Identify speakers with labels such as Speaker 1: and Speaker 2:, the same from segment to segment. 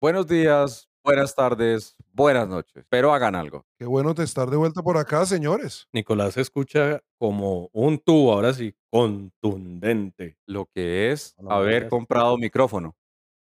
Speaker 1: Buenos días, buenas tardes, buenas noches, pero hagan algo.
Speaker 2: Qué bueno de estar de vuelta por acá, señores.
Speaker 3: Nicolás se escucha como un tubo, ahora sí, contundente.
Speaker 1: Lo que es
Speaker 3: No, no me
Speaker 1: haber
Speaker 3: digas.
Speaker 1: comprado micrófono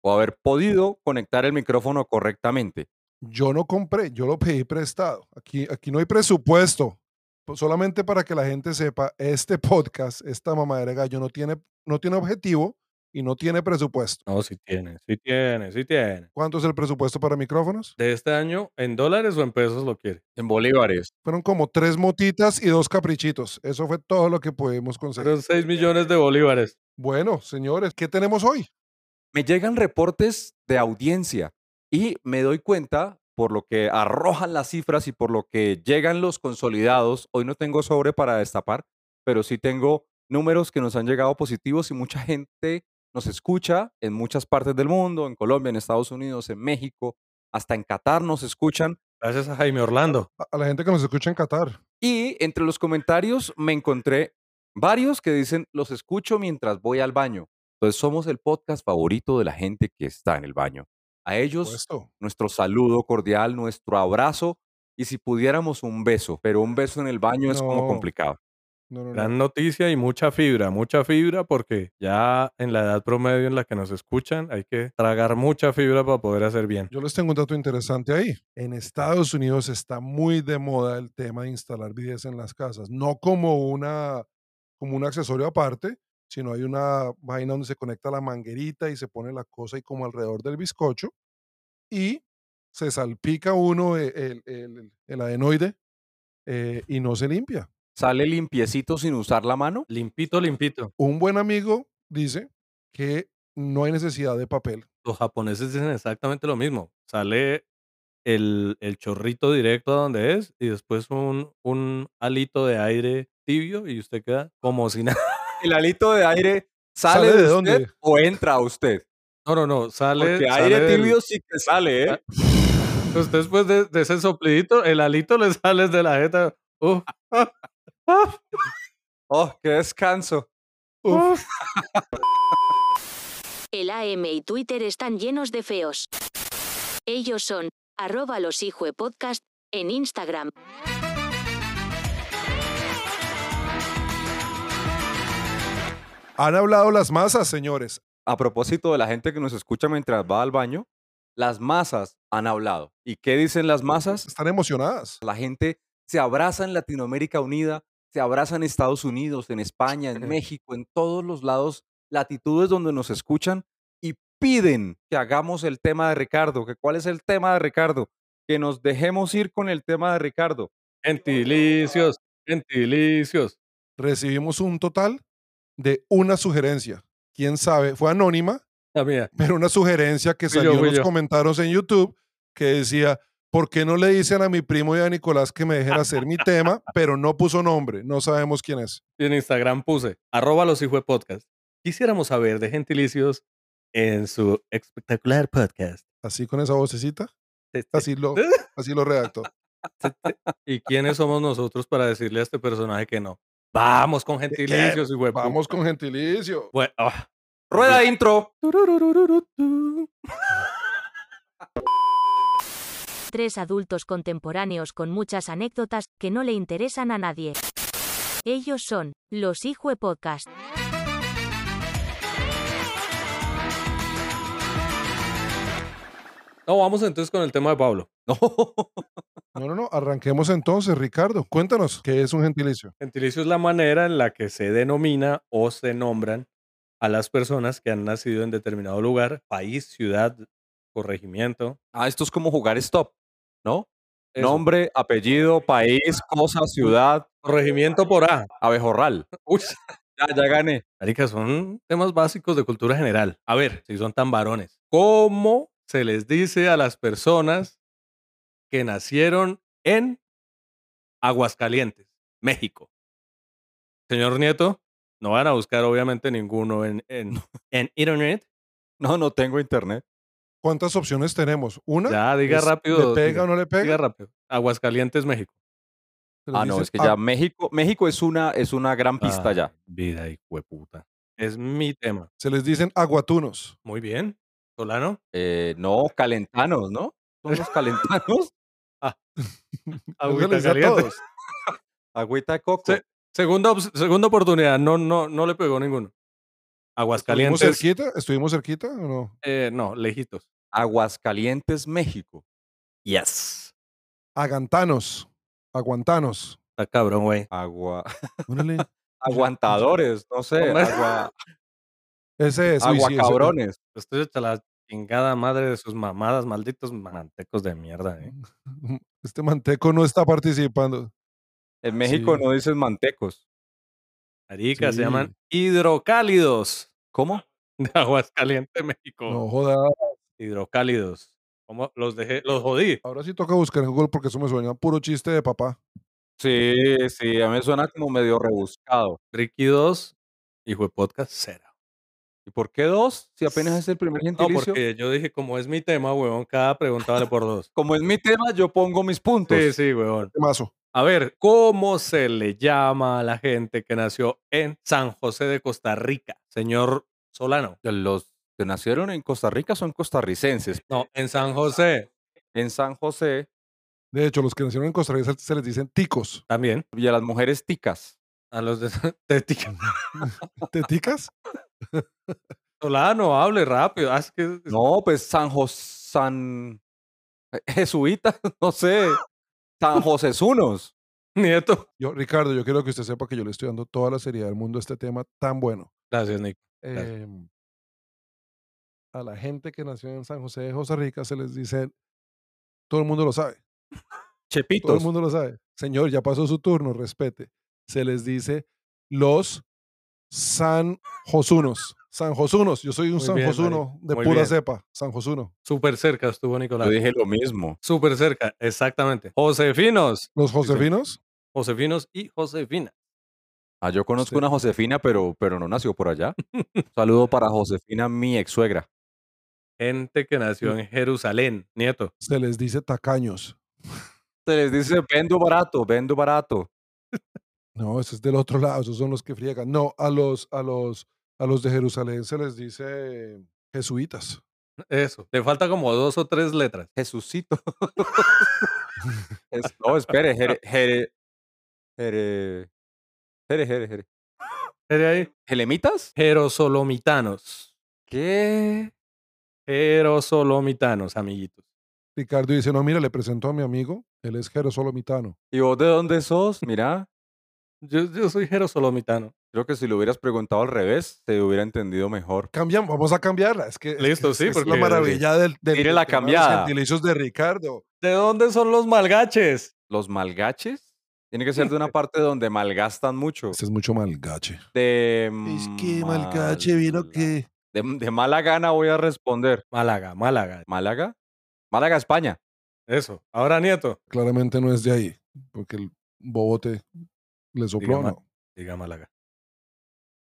Speaker 1: o haber podido conectar el micrófono correctamente.
Speaker 2: Yo no compré, yo lo pedí prestado. Aquí, aquí no hay presupuesto. Pues solamente para que la gente sepa, este podcast, esta mamadera de gallo, no tiene, no tiene objetivo y no tiene presupuesto.
Speaker 3: No, sí tiene, sí tiene, sí tiene.
Speaker 2: ¿Cuánto es el presupuesto para micrófonos?
Speaker 3: De este año, ¿en dólares o en pesos lo quiere?
Speaker 1: En bolívares.
Speaker 2: Fueron como tres motitas y dos caprichitos. Eso fue todo lo que pudimos conseguir.
Speaker 3: Fueron 6 millones de bolívares.
Speaker 2: Bueno, señores, ¿qué tenemos hoy?
Speaker 1: Me llegan reportes de audiencia y me doy cuenta por lo que arrojan las cifras y por lo que llegan los consolidados. Hoy no tengo sobre para destapar, pero sí tengo números que nos han llegado positivos y mucha gente nos escucha en muchas partes del mundo, en Colombia, en Estados Unidos, en México, hasta en Qatar nos escuchan.
Speaker 3: Gracias a Jaime Orlando.
Speaker 2: A- A la gente que nos escucha en Qatar.
Speaker 1: Y entre los comentarios me encontré varios que dicen, los escucho mientras voy al baño. Entonces somos el podcast favorito de la gente que está en el baño. A ellos
Speaker 2: Puesto.
Speaker 1: nuestro saludo cordial, nuestro abrazo y si pudiéramos un beso, pero un beso en el baño es como
Speaker 2: No.
Speaker 1: complicado.
Speaker 2: No, no, no.
Speaker 3: Gran noticia y mucha fibra, mucha fibra, porque ya en la edad promedio en la que nos escuchan hay que tragar mucha fibra para poder hacer bien.
Speaker 2: Yo les tengo un dato interesante ahí. En Estados Unidos está muy de moda el tema de instalar videos en las casas, no como una como un accesorio aparte, sino hay una vaina donde se conecta la manguerita y se pone la cosa y como alrededor del bizcocho y se salpica uno e- el, el- el adenoide eh, y no se limpia.
Speaker 1: ¿Sale limpiecito sin usar la mano?
Speaker 3: Limpito, limpito.
Speaker 2: Un buen amigo dice que no hay necesidad de papel.
Speaker 3: Los japoneses dicen exactamente lo mismo. Sale el, el chorrito directo a donde es y después un, un alito de aire tibio y usted queda como si nada.
Speaker 1: ¿El alito de aire sale,
Speaker 2: ¿Sale
Speaker 1: de,
Speaker 2: de
Speaker 1: usted
Speaker 2: dónde?
Speaker 1: o entra a usted?
Speaker 3: No, no, no, sale.
Speaker 1: Porque
Speaker 3: sale
Speaker 1: aire
Speaker 3: del-
Speaker 1: tibio sí que sale, ¿eh?
Speaker 3: Ah. pues después de, de ese soplidito, el alito le sale de la jeta. Uf,
Speaker 1: Ah, ¡Oh, qué descanso!
Speaker 3: uf.
Speaker 4: El AM y Twitter están llenos de feos. Ellos son, arroba los podcast, en Instagram.
Speaker 2: Han hablado las masas, señores.
Speaker 1: A propósito de la gente que nos escucha mientras va al baño, las masas han hablado. ¿Y qué dicen las masas?
Speaker 2: Están emocionadas.
Speaker 1: La gente se abraza en Latinoamérica Unida, se abraza en Estados Unidos, en España, en México, en todos los lados, latitudes donde nos escuchan y piden que hagamos el tema de Ricardo, que cuál es el tema de Ricardo, que nos dejemos ir con el tema de Ricardo.
Speaker 3: Gentilicios, gentilicios.
Speaker 2: recibimos un total de una sugerencia. Quién sabe, fue anónima,
Speaker 3: La mía.
Speaker 2: pero una sugerencia que
Speaker 3: Fui yo,
Speaker 2: salió en
Speaker 3: fui
Speaker 2: los
Speaker 3: yo.
Speaker 2: comentarios en YouTube que decía, ¿por qué no le dicen a mi primo y a Nicolás que me dejen hacer mi tema? Pero no puso nombre, no sabemos quién es.
Speaker 3: Y en Instagram puse, arroba los hijos de podcast. Quisiéramos saber de gentilicios en su espectacular podcast.
Speaker 2: Así con esa vocecita, así lo, así lo redactó.
Speaker 3: ¿Y quiénes somos nosotros para decirle a este personaje que no? Vamos con gentilicios, hijo de pu-
Speaker 2: Vamos con gentilicio.
Speaker 3: Bueno, ah.
Speaker 1: Rueda de intro.
Speaker 3: Turururururu.
Speaker 4: Tres adultos contemporáneos con muchas anécdotas que no le interesan a nadie. Ellos son, los Hijue Podcast.
Speaker 3: No, vamos entonces con el tema de Pablo.
Speaker 1: No,
Speaker 2: No, no, no, arranquemos entonces, Ricardo. Cuéntanos, ¿qué es un gentilicio?
Speaker 3: Gentilicio es la manera en la que se denomina o se nombran a las personas que han nacido en determinado lugar, país, ciudad, corregimiento.
Speaker 1: ah, esto es como jugar stop, ¿no?
Speaker 3: Eso,
Speaker 1: Nombre, apellido, país, cosa, ciudad,
Speaker 3: Corregimiento por A.
Speaker 1: abejorral.
Speaker 3: Uy,
Speaker 1: Ya, ya gané.
Speaker 3: marica, son temas básicos de cultura general. A ver, si son tan varones. ¿Cómo se les dice a las personas que nacieron en Aguascalientes, México? Señor Nieto, no van a buscar obviamente ninguno en, en, en internet.
Speaker 1: No, no tengo internet.
Speaker 2: ¿Cuántas opciones tenemos? Una,
Speaker 3: Ya, diga
Speaker 2: es,
Speaker 3: rápido.
Speaker 2: ¿le pega
Speaker 3: diga.
Speaker 2: o no le
Speaker 3: Diga
Speaker 2: pega?
Speaker 3: rápido. Aguascalientes, México.
Speaker 2: Se les
Speaker 1: Ah, no,
Speaker 2: dice,
Speaker 1: es que
Speaker 2: "Ah,
Speaker 1: ya México, México es una, es una gran pista ya.
Speaker 3: Vida y hueputa. Es mi tema.
Speaker 2: Se les dicen aguatunos.
Speaker 3: Muy bien. Solano.
Speaker 1: Eh, no, calentanos, ¿no? Son los calentanos.
Speaker 2: Yo
Speaker 3: Agüita
Speaker 2: les di a
Speaker 3: caliente.
Speaker 2: todos.
Speaker 1: Agüita de coco.
Speaker 3: Sí. Segunda, ops- segunda oportunidad, no, no, no le pegó ninguno. Pues
Speaker 2: ¿Estuvimos
Speaker 3: Aguascalientes.
Speaker 2: cerquita? ¿Estuvimos cerquita o no?
Speaker 3: eh, no, lejitos.
Speaker 1: Aguascalientes, México.
Speaker 3: Yes.
Speaker 2: Agantanos. Aguantanos.
Speaker 3: Está cabrón, güey.
Speaker 1: Agua.
Speaker 2: Órale.
Speaker 1: Aguantadores, no sé.
Speaker 3: Hombre.
Speaker 1: Agua,
Speaker 2: Ese es. uy, sí, ese-
Speaker 1: aguacabrones.
Speaker 3: Estoy hasta la chingada madre de sus mamadas, malditos mantecos de mierda, eh.
Speaker 2: Este manteco no está participando.
Speaker 1: En México
Speaker 2: Sí.
Speaker 1: no dices mantecos.
Speaker 3: Arica
Speaker 2: Sí.
Speaker 3: se llaman hidrocálidos.
Speaker 1: ¿Cómo?
Speaker 3: De Aguascalientes, México.
Speaker 2: No joda.
Speaker 3: Hidrocálidos. ¿Cómo? Los dejé, los jodí.
Speaker 2: Ahora sí toca buscar en Google porque eso me suena a puro chiste de papá.
Speaker 1: Sí, sí, a mí me suena como medio rebuscado.
Speaker 3: Ricky 2, hijo de podcast, cero.
Speaker 1: ¿Y por qué dos? Si apenas es el primer
Speaker 3: No,
Speaker 1: gentilicio.
Speaker 3: porque yo dije, como es mi tema, huevón, cada pregunta vale por dos.
Speaker 1: Como es mi tema, yo pongo mis puntos.
Speaker 3: Sí, sí, huevón.
Speaker 2: Temazo.
Speaker 3: A ver, ¿cómo se le llama a la gente que nació en San José de Costa Rica, señor Solano?
Speaker 1: Los que nacieron en Costa Rica son costarricenses.
Speaker 3: No, en San José
Speaker 1: En San José
Speaker 2: De hecho, los que nacieron en Costa Rica se les dicen ticos.
Speaker 3: también.
Speaker 1: y a las mujeres ticas.
Speaker 3: A los de, de Tica-
Speaker 2: ¿Te ticas?
Speaker 3: Solano, hable rápido. haz que,
Speaker 1: No, pues San José, San Jesuita, no sé. San Josesunos.
Speaker 3: Nieto.
Speaker 2: Yo, Ricardo, yo quiero que usted sepa que yo le estoy dando toda la seriedad del mundo a este tema tan bueno.
Speaker 3: Gracias, Nico. Claro.
Speaker 2: Em, a la gente que nació en San José de Costa Rica se les dice, todo el mundo lo sabe, todo
Speaker 1: Chepitos.
Speaker 2: el mundo lo sabe. Señor, ya pasó su turno, respete. Se les dice los San Josunos. San Josunos, yo soy un
Speaker 3: Muy
Speaker 2: San
Speaker 3: bien,
Speaker 2: Josuno
Speaker 3: marica,
Speaker 2: de
Speaker 3: muy
Speaker 2: pura
Speaker 3: bien.
Speaker 2: cepa, San Josuno.
Speaker 3: Súper cerca estuvo Nicolás.
Speaker 1: Yo dije lo mismo.
Speaker 3: Súper cerca, exactamente. Josefinos.
Speaker 2: Los
Speaker 3: señor.
Speaker 2: Josefinos,
Speaker 3: Josefinos y Josefina.
Speaker 1: Ah, yo conozco
Speaker 2: Sí.
Speaker 1: una Josefina, pero, pero no nació por allá. Un saludo para Josefina, mi ex suegra.
Speaker 3: Gente que nació en Jerusalén, Nieto.
Speaker 2: se les dice tacaños.
Speaker 1: Se les dice, vendo barato, vendo barato.
Speaker 2: No, ese es del otro lado, esos son los que friegan. No, a los, a los, a los de Jerusalén se les dice jesuitas.
Speaker 3: Eso. Le falta como dos o tres letras.
Speaker 1: Jesucito. Es- no, espere, jere, jere, jere, jere, jere, jere.
Speaker 3: ¿Sería ahí?
Speaker 1: ¿Gelemitas?
Speaker 3: Jerosolomitanos.
Speaker 1: ¿Qué?
Speaker 3: Jerosolomitanos, amiguitos.
Speaker 2: Ricardo dice, no, mira, le presento a mi amigo, él es jerosolomitano.
Speaker 1: ¿Y vos de dónde sos? Mira,
Speaker 3: Yo, yo soy jerosolomitano.
Speaker 1: creo que si lo hubieras preguntado al revés, te hubiera entendido mejor.
Speaker 2: Cambiamos, vamos a cambiarla. Es que es que
Speaker 3: Listo,
Speaker 2: es,
Speaker 3: sí,
Speaker 2: es la
Speaker 3: porque-
Speaker 2: maravilla del, del
Speaker 1: Tire la
Speaker 2: del tema de los
Speaker 1: cambiada.
Speaker 2: gentilicios de Ricardo.
Speaker 3: ¿De dónde son los malgaches?
Speaker 1: ¿Los malgaches? Tiene que ser de una parte donde malgastan mucho.
Speaker 2: Este es mucho malgache.
Speaker 1: De,
Speaker 2: Es que malgache vino
Speaker 1: mal-
Speaker 2: que
Speaker 1: De, de mala gana voy a responder.
Speaker 3: Málaga, Málaga.
Speaker 1: ¿Málaga? Málaga, España.
Speaker 3: Eso. Ahora, Nieto.
Speaker 2: claramente no es de ahí, porque el bobote le sopló.
Speaker 3: ma-
Speaker 2: ¿no?
Speaker 3: Diga Málaga.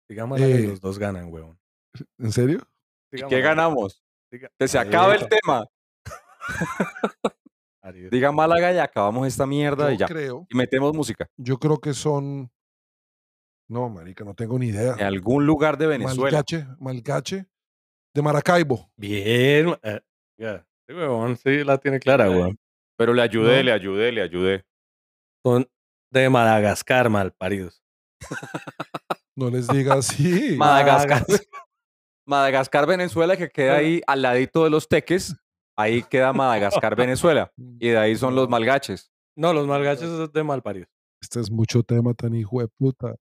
Speaker 3: Diga Málaga y
Speaker 2: Eh.
Speaker 3: los dos ganan, huevón.
Speaker 2: ¿En serio?
Speaker 1: ¿Y
Speaker 3: Diga
Speaker 1: qué
Speaker 3: Málaga.
Speaker 1: ganamos?
Speaker 3: Diga-
Speaker 1: Que se
Speaker 3: Ahí
Speaker 1: acabe el
Speaker 3: está.
Speaker 1: tema.
Speaker 3: Ahí está.
Speaker 1: Diga Málaga y acabamos esta mierda y
Speaker 2: Yo
Speaker 1: ya.
Speaker 2: creo,
Speaker 1: Y metemos música.
Speaker 2: yo creo que son... No, marica, no tengo ni idea.
Speaker 1: En algún lugar de Venezuela.
Speaker 2: Malgache, Malgache de Maracaibo.
Speaker 3: Bien. eh, ya. Sí, huevón, sí la tiene clara,
Speaker 1: Sí.
Speaker 3: huevón.
Speaker 1: Pero le ayudé,
Speaker 2: No.
Speaker 1: le ayudé, le ayudé.
Speaker 3: Son de Madagascar, malparidos.
Speaker 2: No les diga así.
Speaker 1: Madagascar.
Speaker 3: Madagas-
Speaker 1: Madagascar, Venezuela, que queda ahí al ladito de los teques. Ahí queda Madagascar, Venezuela. Y de ahí son los malgaches.
Speaker 3: No, los malgaches
Speaker 1: Eh.
Speaker 3: son de malparidos.
Speaker 2: Este es mucho tema tan hijo de puta.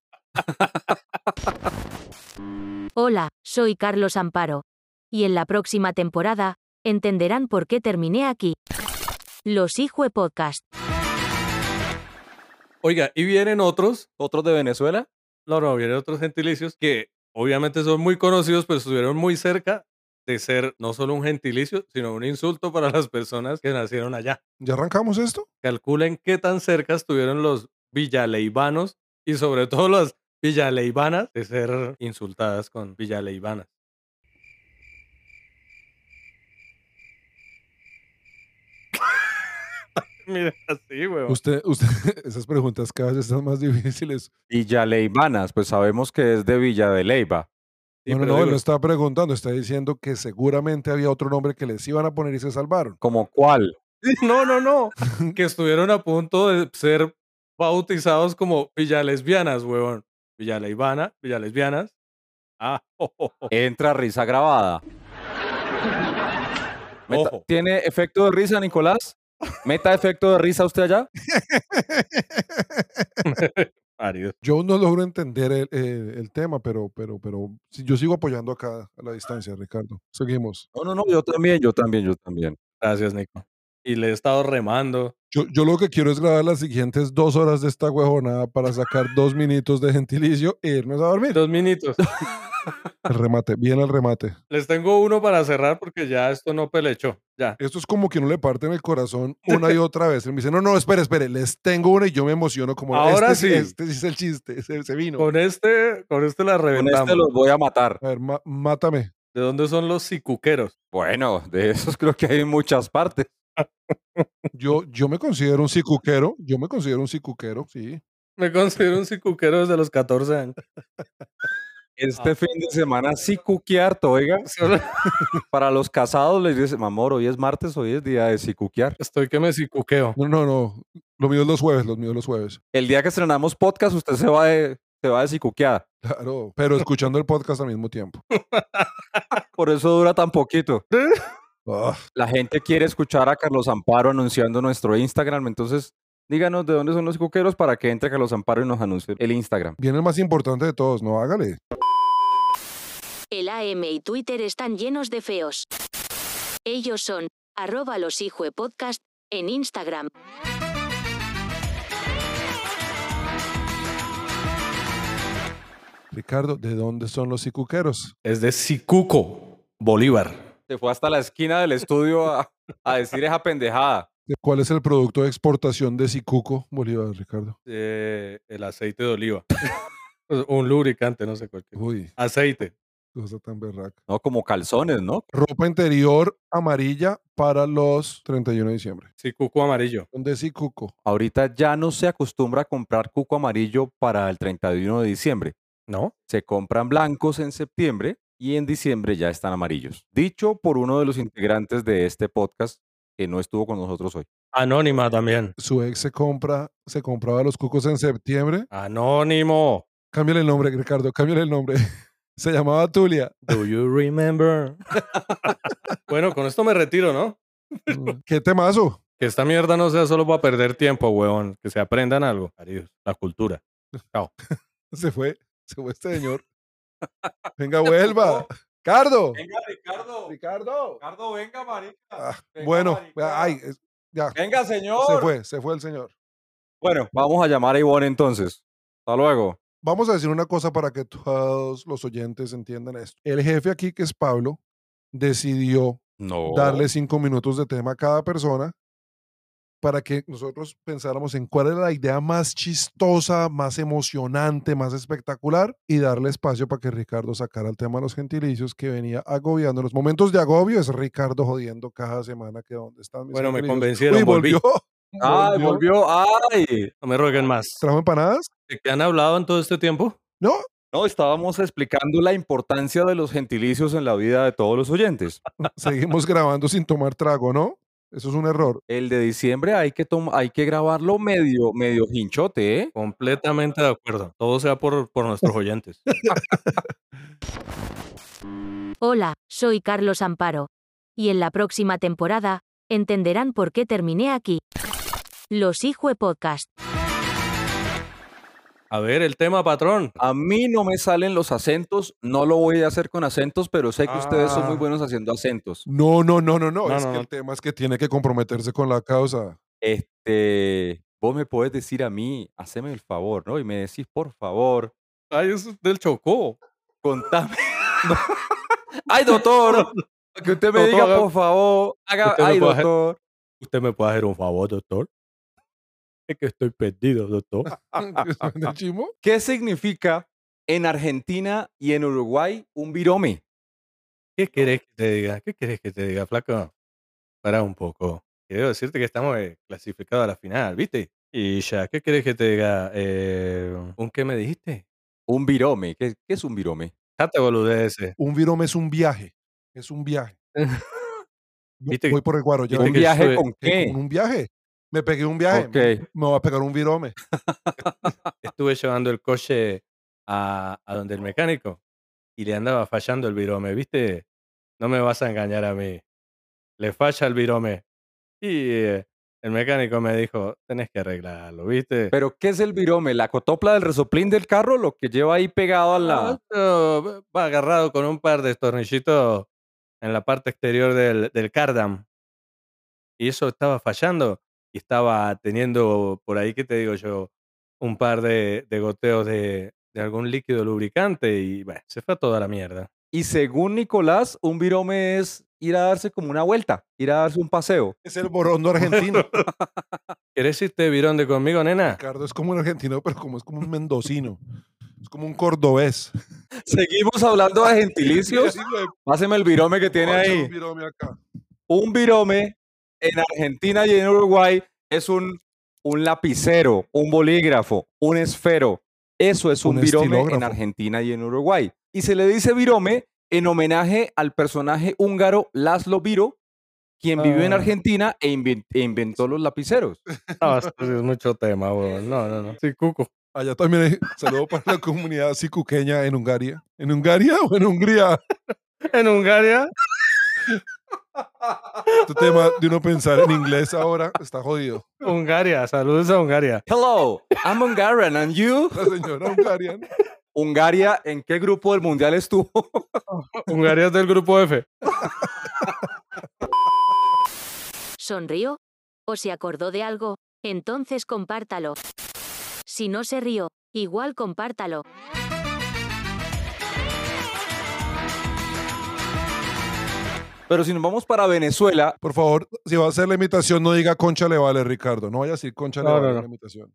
Speaker 4: Hola, soy Carlos Amparo. Y en la próxima temporada, entenderán por qué terminé aquí. Los Hijue Podcast.
Speaker 3: Oiga, y vienen otros,
Speaker 1: ¿Otros de Venezuela?
Speaker 3: no, no, vienen otros gentilicios que obviamente son muy conocidos, pero estuvieron muy cerca de ser no solo un gentilicio, sino un insulto para las personas que nacieron allá.
Speaker 2: ¿Ya arrancamos esto?
Speaker 3: Calculen qué tan cerca estuvieron los villaleibanos y sobre todo las villaleibanas de ser insultadas con villaleibanas. Mira, así, weón.
Speaker 2: Usted, usted, esas preguntas cada vez están más difíciles.
Speaker 1: Villa Leibanas, pues sabemos que es de Villa de Leiva.
Speaker 3: Sí,
Speaker 2: no, no,
Speaker 3: pero
Speaker 2: no, él
Speaker 3: digo,
Speaker 2: lo está preguntando, está diciendo que seguramente había otro nombre que les iban a poner y se salvaron.
Speaker 1: ¿Como cuál?
Speaker 3: No, no, no. que estuvieron a punto de ser bautizados como villalesbianas, huevón. Villaleibana, villalesbianas. Ah, jo, jo, jo.
Speaker 1: Entra risa grabada. Meta-
Speaker 3: Ojo.
Speaker 1: ¿Tiene efecto de risa, Nicolás? ¿Meta efecto de risa usted allá?
Speaker 3: Marido.
Speaker 2: Yo no logro entender el, eh, el tema, pero, pero, pero sí, yo sigo apoyando acá a la distancia, Ricardo. Seguimos.
Speaker 1: No, no, no, yo también, yo también, yo también.
Speaker 3: Gracias, Nico. Y le he estado remando.
Speaker 2: Yo, yo lo que quiero es grabar las siguientes dos horas de esta huejonada para sacar dos minutos de gentilicio e irnos a dormir.
Speaker 3: Dos minutos.
Speaker 2: El remate, bien el remate.
Speaker 3: Les tengo uno para cerrar porque ya esto no pelechó. Ya.
Speaker 2: Esto es como que no le parten el corazón una y otra vez. Él me dice, no, no, espere, espere, les tengo una y yo me emociono como
Speaker 3: Ahora
Speaker 2: este,
Speaker 3: sí.
Speaker 2: Este sí es el chiste, se, se vino.
Speaker 3: Con este, con este la
Speaker 1: Con
Speaker 3: reventamos.
Speaker 1: este los voy a matar.
Speaker 2: A ver, ma- mátame.
Speaker 3: ¿De dónde son los sicuqueros?
Speaker 1: Bueno, de esos creo que hay en muchas partes.
Speaker 2: Yo, yo me considero un sicuquero, yo me considero un sicuquero, sí.
Speaker 3: Me considero un sicuquero desde los 14 años.
Speaker 1: Este fin de semana sí cuquear, oiga.
Speaker 3: Solo
Speaker 1: Para los casados les dice, mamor, hoy es martes, hoy es día de sí cuquear.
Speaker 3: Estoy que me sicuqueo.
Speaker 2: No, no, no. Lo mío es los jueves, lo mío es los jueves.
Speaker 1: El día que estrenamos podcast, usted se va de, se va de sí cuqueada.
Speaker 2: Claro, pero escuchando el podcast al mismo tiempo.
Speaker 1: Por eso dura tan poquito.
Speaker 2: Ah,
Speaker 1: La gente quiere escuchar a Carlos Amparo anunciando nuestro Instagram, entonces díganos de dónde son los cuqueros para que entre Carlos Amparo y nos anuncie el Instagram.
Speaker 2: viene el más importante de todos, no hágale.
Speaker 4: El AM y Twitter están llenos de feos. Ellos son, arroba los podcast, en Instagram.
Speaker 2: Ricardo, ¿de dónde son los sicuqueros?
Speaker 3: Es de Sicuco, Bolívar.
Speaker 1: Se fue hasta la esquina del estudio a, a decir esa pendejada.
Speaker 2: ¿Cuál es el producto de exportación de Sicuco, Bolívar, Ricardo?
Speaker 3: Eh, el aceite de oliva. Pues, un lubricante, no sé cuál. que-
Speaker 2: Uy,
Speaker 3: Aceite.
Speaker 2: cosa tan berraca.
Speaker 1: No, como calzones, ¿no?
Speaker 2: Ropa interior amarilla para los 31 de diciembre.
Speaker 3: Sicuco amarillo.
Speaker 2: Son de Sicuco.
Speaker 1: Ahorita ya no se acostumbra a comprar cuco amarillo para el 31 de diciembre.
Speaker 3: ¿No?
Speaker 1: Se compran blancos en septiembre y en diciembre ya están amarillos. Dicho por uno de los integrantes de este podcast que no estuvo con nosotros hoy.
Speaker 3: Anónima también.
Speaker 2: Su ex se compra, se compraba los cucos en septiembre.
Speaker 3: Anónimo.
Speaker 2: Cámbiale el nombre, Ricardo, cámbiale el nombre. Se llamaba Tulia.
Speaker 3: Do you remember? bueno, con esto me retiro, ¿no?
Speaker 2: Mm, ¿Qué temazo?
Speaker 3: Que esta mierda no sea solo para perder tiempo, huevón. Que se aprendan algo. Maridos, la cultura.
Speaker 2: Se fue, se fue este señor. Venga, vuelva. Ricardo.
Speaker 1: Venga, Ricardo.
Speaker 2: Ricardo.
Speaker 1: Ricardo, venga, marica.
Speaker 2: Ah, bueno, ay, es- ya.
Speaker 1: Venga, señor.
Speaker 2: Se fue, se fue el señor.
Speaker 1: Bueno, vamos a llamar a Ivonne entonces. Hasta luego.
Speaker 2: Vamos a decir una cosa para que todos los oyentes entiendan esto. El jefe aquí, que es Pablo, decidió
Speaker 1: No.
Speaker 3: Oh.
Speaker 2: darle cinco minutos de tema a cada persona para que nosotros pensáramos en cuál era la idea más chistosa, más emocionante, más espectacular y darle espacio para que Ricardo sacara el tema de los gentilicios que venía agobiando. En los momentos de agobio es Ricardo jodiendo cada semana que dónde están mis
Speaker 3: Bueno, me
Speaker 2: gentilicios?
Speaker 3: convencieron.
Speaker 2: Uy,
Speaker 3: volví.
Speaker 2: volvió.
Speaker 1: Ay, volvió. Ay.
Speaker 3: No me rueguen más.
Speaker 2: ¿Trajo empanadas?
Speaker 3: ¿De qué han hablado en todo este tiempo?
Speaker 2: No.
Speaker 1: No, estábamos explicando la importancia de los gentilicios en la vida de todos los oyentes.
Speaker 2: Seguimos grabando sin tomar trago, ¿no? Eso es un error.
Speaker 1: El de diciembre hay que, tom- hay que grabarlo medio, medio hinchote, ¿eh?
Speaker 3: Completamente de acuerdo. Todo sea por, por nuestros oyentes.
Speaker 4: Hola, soy Carlos Amparo. Y en la próxima temporada, entenderán por qué terminé aquí. Los Hijue Podcast.
Speaker 3: A ver, el tema, patrón.
Speaker 1: A mí no me salen los acentos, no lo voy a hacer con acentos, pero sé que ustedes son muy
Speaker 2: Ah.
Speaker 1: buenos haciendo acentos.
Speaker 2: No, no, no, no, no.
Speaker 3: No,
Speaker 2: es
Speaker 3: no,
Speaker 2: que
Speaker 3: no.
Speaker 2: el tema es que tiene que comprometerse con la causa.
Speaker 1: Este, vos me podés decir a mí, haceme el favor, ¿no? Y me decís, por favor,
Speaker 3: Ay, eso es del Chocó.
Speaker 1: contame. ay, doctor, que usted me
Speaker 3: Doctor,
Speaker 1: diga,
Speaker 3: haga-
Speaker 1: por favor, haga,
Speaker 3: Usted me
Speaker 1: ay,
Speaker 3: puede hacer-
Speaker 1: doctor.
Speaker 3: ¿Usted me puede hacer un favor, doctor? Es que estoy perdido, doctor.
Speaker 2: ¿En el chimo?
Speaker 1: ¿Qué significa en Argentina y en Uruguay un virome?
Speaker 3: ¿Qué querés que te diga? ¿Qué querés que te diga, flaco? Para un poco. Quiero decirte que estamos eh, clasificados a la final, ¿viste? Y ya, ¿qué querés que te diga? Eh, ¿Un qué me dijiste?
Speaker 1: Un virome. ¿Qué, qué es un virome?
Speaker 3: Déjate boludeces.
Speaker 2: Un virome es un viaje. Es un viaje. Voy
Speaker 3: Viste que-
Speaker 2: voy por el guaro. Yo
Speaker 3: viste
Speaker 1: ¿Un
Speaker 3: que
Speaker 1: viaje
Speaker 3: estoy-
Speaker 1: con
Speaker 2: eh,
Speaker 1: qué?
Speaker 2: con un viaje. Me pegué un viaje.
Speaker 1: Ok.
Speaker 2: Me voy a pegar un virome.
Speaker 3: Estuve llevando el coche a, a donde el mecánico y le andaba fallando el virome, ¿viste? No me vas a engañar a mí. Le falla el virome. Y eh, el mecánico me dijo, tenés que arreglarlo, ¿viste?
Speaker 1: ¿Pero qué es el virome? ¿La cotopla del resoplín del carro? ¿Lo que lleva ahí pegado a la...?
Speaker 3: Ah, esto Va agarrado con un par de tornillitos en la parte exterior del, del cardam. Y eso estaba fallando. Y estaba teniendo, por ahí que te digo yo, un par de, de goteos de, de algún líquido lubricante. Y bueno, se fue a toda la mierda.
Speaker 1: Y según Nicolás, un virome es ir a darse como una vuelta, ir a darse un paseo.
Speaker 2: Es el borondo argentino.
Speaker 3: ¿Querés irte virón de conmigo, nena?
Speaker 2: Ricardo es como un argentino, pero como es como un mendocino. Es como un cordobés.
Speaker 1: Seguimos hablando de gentilicios.
Speaker 2: Sí, güey,
Speaker 1: Páseme el virome que tiene
Speaker 2: poncho
Speaker 1: ahí.
Speaker 2: un virome acá.
Speaker 1: Un virome en Argentina y en Uruguay es un, un lapicero, un bolígrafo, un esfero. Eso es un,
Speaker 2: Un
Speaker 1: virome en
Speaker 2: estilógrafo.
Speaker 1: Argentina y en Uruguay. Y se le dice virome en homenaje al personaje húngaro Laszlo Viro, quien vivió en
Speaker 3: Ah.
Speaker 1: Argentina e, invin- e inventó los lapiceros.
Speaker 3: No, esto es mucho tema, huevón. No, no, no. Sí, cuco.
Speaker 2: Allá también hay saludo para la comunidad sicuqueña en Hungaria. ¿En Hungaria o en Hungría?
Speaker 3: En Hungaria.
Speaker 2: Este tema de uno pensar en inglés ahora está jodido.
Speaker 3: Hungaria. Saludos a Hungaria.
Speaker 1: Hello, I'm Hungarian, and you?
Speaker 2: La señora hungariana.
Speaker 1: Hungaria, ¿en qué grupo del mundial estuvo?
Speaker 3: Hungaria es del grupo F.
Speaker 4: ¿Sonrió? ¿O se acordó de algo? Entonces compártalo. Si no se rió, igual compártalo.
Speaker 1: Pero si nos vamos para Venezuela,
Speaker 2: Por favor, si va a hacer la imitación, no diga concha le vale, Ricardo. No vaya a decir concha le
Speaker 3: No,
Speaker 2: vale
Speaker 3: no,
Speaker 2: en
Speaker 3: no.
Speaker 2: la imitación.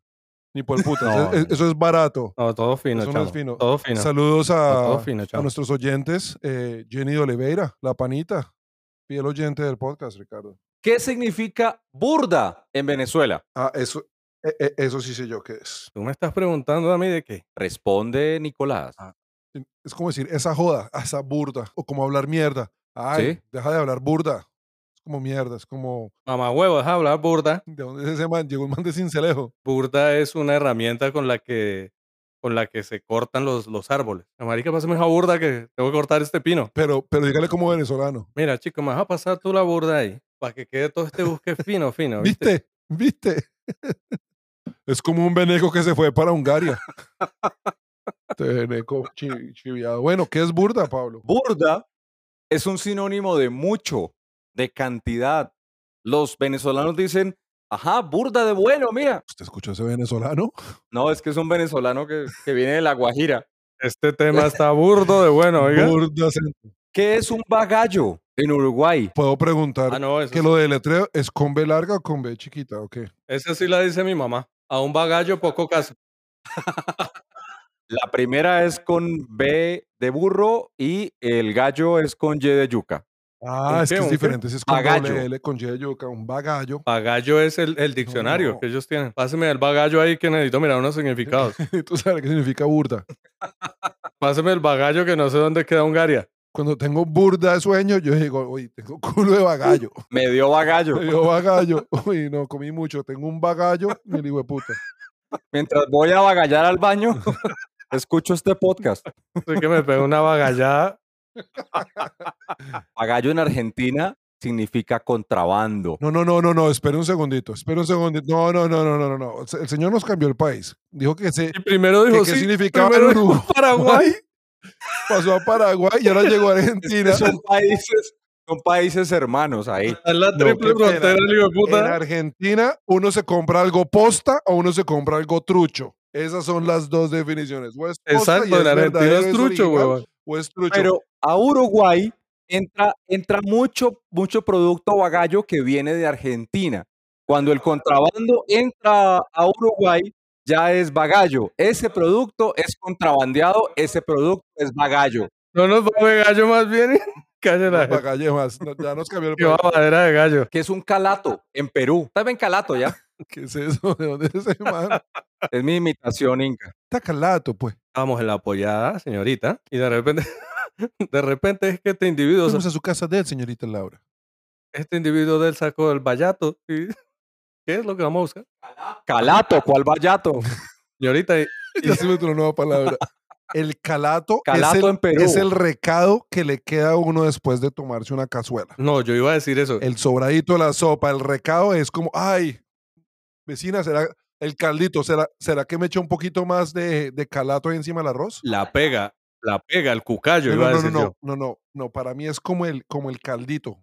Speaker 2: Ni por puta.
Speaker 3: No,
Speaker 2: eso, es-
Speaker 3: no.
Speaker 2: eso es barato.
Speaker 3: No, todo fino,
Speaker 2: Eso no
Speaker 3: chamo.
Speaker 2: es fino.
Speaker 3: Todo fino.
Speaker 2: Saludos
Speaker 3: No, todo
Speaker 2: a,
Speaker 3: fino,
Speaker 2: a
Speaker 3: chamo.
Speaker 2: nuestros oyentes. eh, Jenny de Oliveira, la panita. Fiel oyente del podcast, Ricardo.
Speaker 1: ¿qué significa burda en Venezuela?
Speaker 2: Ah, eso, eh, eh, eso sí sé yo qué es.
Speaker 3: Tú me estás preguntando a mí de qué.
Speaker 1: Responde Nicolás.
Speaker 3: Ah.
Speaker 2: Es como decir, esa joda, ah, esa burda. O como hablar mierda. Ay,
Speaker 1: Sí.
Speaker 2: deja de hablar burda. Es como mierda. Es como,
Speaker 3: Mamá huevo, deja de hablar burda.
Speaker 2: ¿de dónde es ese man? Llegó un man de cincelejo.
Speaker 3: Burda es una herramienta con la que con la que se cortan los, los árboles. La marica, pásame esa burda que tengo que cortar este pino.
Speaker 2: Pero, pero dígale como venezolano.
Speaker 3: Mira, chico, me vas a pasar tú la burda ahí para que quede todo este busque fino, fino, ¿viste?
Speaker 2: ¿Viste? ¿Viste? es como un veneco que se fue para Hungaria. Este veneco chi- chiviado. Bueno, ¿qué es burda, Pablo?
Speaker 1: Burda es un sinónimo de mucho, de cantidad. Los venezolanos dicen, ajá, burda de bueno, mira.
Speaker 2: ¿Usted escuchó ese venezolano?
Speaker 1: No, es que es un venezolano que, que viene de La Guajira.
Speaker 3: Este tema está burdo de bueno, oiga.
Speaker 2: Burda. se-
Speaker 1: ¿Qué es un bagallo en Uruguay?
Speaker 2: Puedo preguntar
Speaker 3: Ah, no, eso
Speaker 2: que lo del letreo es con B larga o con B chiquita, ¿o qué?
Speaker 3: esa sí la dice mi mamá. A un bagallo poco caso.
Speaker 1: La primera es con B de burro y el gallo es con Y de yuca.
Speaker 2: Ah,
Speaker 3: ¿Un
Speaker 2: es
Speaker 3: qué,
Speaker 2: que
Speaker 3: un
Speaker 2: es
Speaker 3: qué?
Speaker 2: diferente. Si es con
Speaker 1: Bagallo.
Speaker 2: doble L, con Y de yuca, un bagallo.
Speaker 3: Bagallo es el, el diccionario
Speaker 2: no.
Speaker 3: que ellos tienen. Pásame el bagallo ahí que necesito mirar unos significados.
Speaker 2: Tú sabes qué significa burda.
Speaker 3: Pásame el bagallo que no sé dónde queda Hungaria.
Speaker 2: Cuando tengo burda de sueño, yo digo, uy, tengo culo de bagallo.
Speaker 1: Me dio bagallo.
Speaker 2: Me dio bagallo. Uy, no, comí mucho. Tengo un bagallo, me digo, puta.
Speaker 1: Mientras voy a bagallar al baño, escucho este podcast.
Speaker 3: Así que me pegó una bagallada.
Speaker 1: Bagallo en Argentina significa contrabando.
Speaker 2: No, no, no, no, no, espera un segundito, espera un segundito. No, no, no, no, no, no, no. El se- El señor nos cambió el país. Dijo que se
Speaker 3: Y primero
Speaker 2: que,
Speaker 3: dijo,
Speaker 2: qué
Speaker 3: sí,
Speaker 2: significaba
Speaker 3: primero
Speaker 2: en Uruguay,
Speaker 3: Paraguay.
Speaker 2: pasó a Paraguay y ahora llegó a
Speaker 3: Este
Speaker 2: Argentina.
Speaker 1: Son países, son países hermanos ahí.
Speaker 3: Es la
Speaker 2: No,
Speaker 3: triple
Speaker 2: qué pena.
Speaker 3: frontera, el hijo de
Speaker 2: En
Speaker 3: puta.
Speaker 2: Argentina uno se compra algo posta o uno se compra algo trucho. Esas son las dos definiciones. O es posta y
Speaker 3: Exacto,
Speaker 2: es
Speaker 3: en Argentina
Speaker 2: verdadero,
Speaker 3: es trucho,
Speaker 2: original,
Speaker 3: huevón.
Speaker 2: O es trucho.
Speaker 1: Pero a Uruguay entra, entra mucho, mucho producto bagallo que viene de Argentina. Cuando el contrabando entra a Uruguay, ya es bagallo. Ese producto es contrabandeado, ese producto es bagallo.
Speaker 3: No nos va de gallo más bien. Calle la
Speaker 2: No,
Speaker 3: gente.
Speaker 2: bagalle más. No, ya nos cambió el
Speaker 3: Que
Speaker 2: país.
Speaker 3: va madera de gallo.
Speaker 1: Que es un calato en Perú. ¿Saben calato ya?
Speaker 2: ¿Qué es eso? ¿De dónde es ese man?
Speaker 1: Es mi imitación inca.
Speaker 2: Tacalato, pues.
Speaker 3: Estábamos en la apoyada, señorita, y de repente, de repente es que este individuo,
Speaker 2: Fuimos a su casa de él, señorita Laura.
Speaker 3: este individuo del sacó el vallato. y- ¿Qué es lo que vamos a buscar?
Speaker 1: Calato, ¿cuál vallato?
Speaker 3: Señorita, y-
Speaker 2: Ya se me entró una nueva palabra. El calato,
Speaker 1: Calato
Speaker 2: es, el,
Speaker 1: en Perú.
Speaker 2: es el recado que le queda a uno después de tomarse una cazuela.
Speaker 3: no, yo iba a decir eso.
Speaker 2: El sobradito de la sopa, el recado es como, ay, vecina, será el caldito, será, será que me echa un poquito más de, de calato ahí encima del arroz?
Speaker 3: La pega, la pega, el
Speaker 2: No,
Speaker 3: cucayo, iba a
Speaker 2: no, no,
Speaker 3: decir
Speaker 2: no,
Speaker 3: yo.
Speaker 2: no, no, no, no, para mí es como el, como el caldito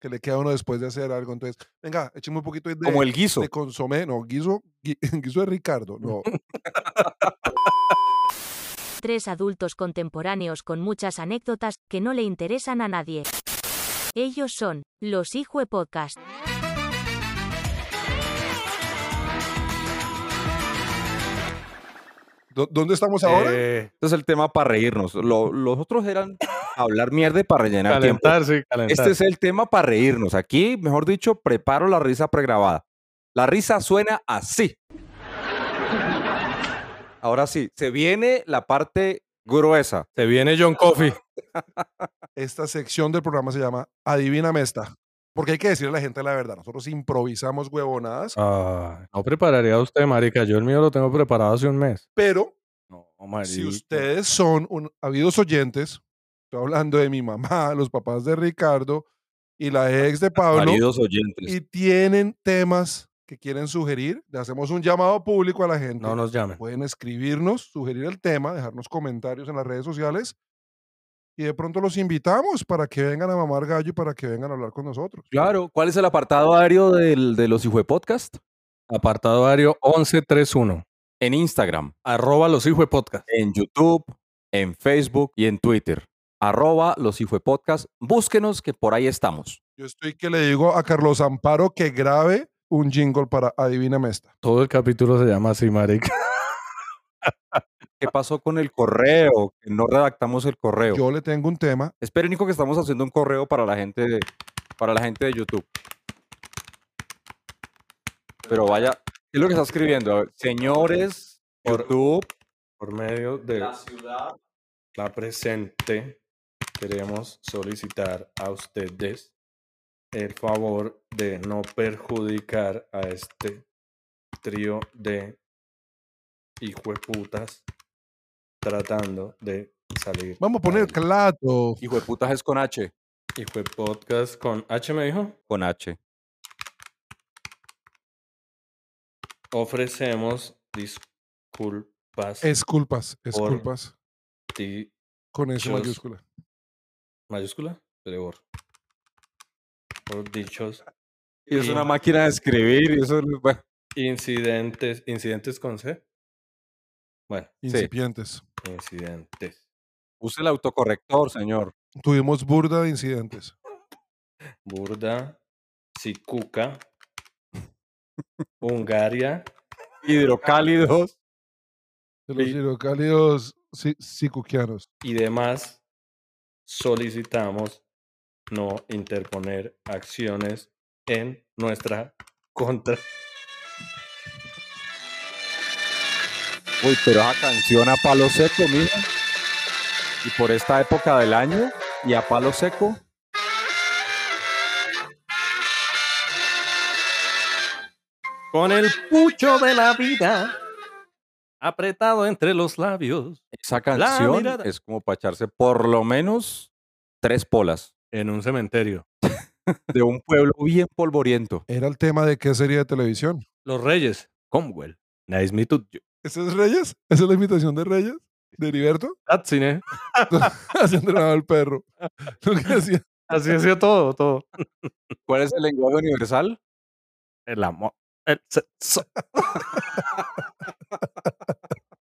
Speaker 2: que le queda a uno después de hacer algo. Entonces, venga, echemos un poquito de,
Speaker 1: Como el guiso.
Speaker 2: de consomé, no, guiso, gui- guiso de Ricardo, no.
Speaker 4: Tres adultos contemporáneos con muchas anécdotas que no le interesan a nadie. Ellos son los Hijue Podcast.
Speaker 2: ¿Dó- ¿Dónde estamos ahora?
Speaker 3: Eh,
Speaker 1: Este es el tema para reírnos. Lo- los otros eran hablar mierda y para rellenar tiempo.
Speaker 3: calentarse, calentarse.
Speaker 1: Este es el tema para reírnos. Aquí, mejor dicho, preparo la risa pregrabada. La risa suena así. Ahora sí, se viene la parte gruesa.
Speaker 3: Se viene John Coffey.
Speaker 2: Esta sección del programa se llama Adivíname esta. Porque hay que decirle a la gente la verdad. Nosotros improvisamos huevonadas,
Speaker 3: Ah, no prepararía a usted, marica. Yo el mío lo tengo preparado hace un mes.
Speaker 2: pero
Speaker 3: No, marica.
Speaker 2: si ustedes son un- habidos oyentes, estoy hablando de mi mamá, los papás de Ricardo y la ex de Pablo,
Speaker 1: Queridos oyentes,
Speaker 2: y tienen temas que quieren sugerir, le hacemos un llamado público a la gente.
Speaker 3: No nos llamen.
Speaker 2: Pueden escribirnos, sugerir el tema, dejarnos comentarios en las redes sociales y de pronto los invitamos para que vengan a mamar gallo y para que vengan a hablar con nosotros.
Speaker 1: claro. ¿Cuál es el apartado aéreo del- de los hijos podcast?
Speaker 3: Apartado aéreo 1131.
Speaker 1: En Instagram,
Speaker 3: Arroba los hijos de podcast.
Speaker 1: en YouTube, en Facebook y en Twitter. Arroba los hijos podcast. Búsquenos que por ahí estamos.
Speaker 2: Yo estoy que le digo a Carlos Amparo que grabe un jingle para Adivíname esta.
Speaker 3: Todo el capítulo se llama así, marica.
Speaker 1: ¿Qué pasó con el correo? Que no redactamos el correo.
Speaker 2: Yo le tengo un tema.
Speaker 1: Esperen, Nico, que estamos haciendo un correo para la gente de, para la gente de YouTube. Pero vaya, ¿qué es lo que está escribiendo? A ver, señores,
Speaker 3: Por-
Speaker 1: YouTube, eh,
Speaker 3: Por medio de la presente, queremos solicitar a ustedes el favor de no perjudicar a este trío de hijueputas tratando de salir.
Speaker 2: Vamos a poner
Speaker 3: adelante.
Speaker 2: clato.
Speaker 1: hijo de putas es con H.
Speaker 3: Hijuepodcast con H me dijo.
Speaker 1: Con H.
Speaker 3: Ofrecemos disculpas
Speaker 2: Esculpas,
Speaker 3: Por-
Speaker 2: esculpas.
Speaker 3: ti-
Speaker 2: Con eso
Speaker 3: Dios.
Speaker 2: mayúscula.
Speaker 3: mayúscula, le borro. Por dichos
Speaker 1: Y es
Speaker 3: Sí.
Speaker 1: una máquina de escribir. Y eso, es- bueno,
Speaker 3: Incidentes, incidentes con C. Bueno,
Speaker 2: Incipientes.
Speaker 3: incidentes.
Speaker 1: use el autocorrector, señor.
Speaker 2: Tuvimos burda de incidentes.
Speaker 3: Burda, Sicuca, Hungaria,
Speaker 1: Hidrocálidos.
Speaker 2: De los
Speaker 3: Sí.
Speaker 2: hidrocálidos si- sicuquianos.
Speaker 3: y demás, solicitamos no interponer acciones en nuestra contra.
Speaker 1: Uy, pero esa canción a palo seco, mira. Y por esta época del año, y a palo seco.
Speaker 3: Con el pucho de la vida apretado entre los labios.
Speaker 1: Esa canción
Speaker 3: mirada.
Speaker 1: es como para echarse por lo menos tres polas.
Speaker 3: En un cementerio.
Speaker 1: de un pueblo bien polvoriento.
Speaker 2: Era el tema de qué serie de televisión.
Speaker 3: Los Reyes, Comwell. Nice meet you.
Speaker 2: ¿Ese es Reyes? ¿Esa es la invitación de Reyes? ¿De Heriberto?
Speaker 3: That's in it.
Speaker 2: Así entrenaba el perro. Lo que hacía.
Speaker 3: Así ha sido todo, todo.
Speaker 1: ¿Cuál es el lenguaje universal?
Speaker 3: El amor. El sexo.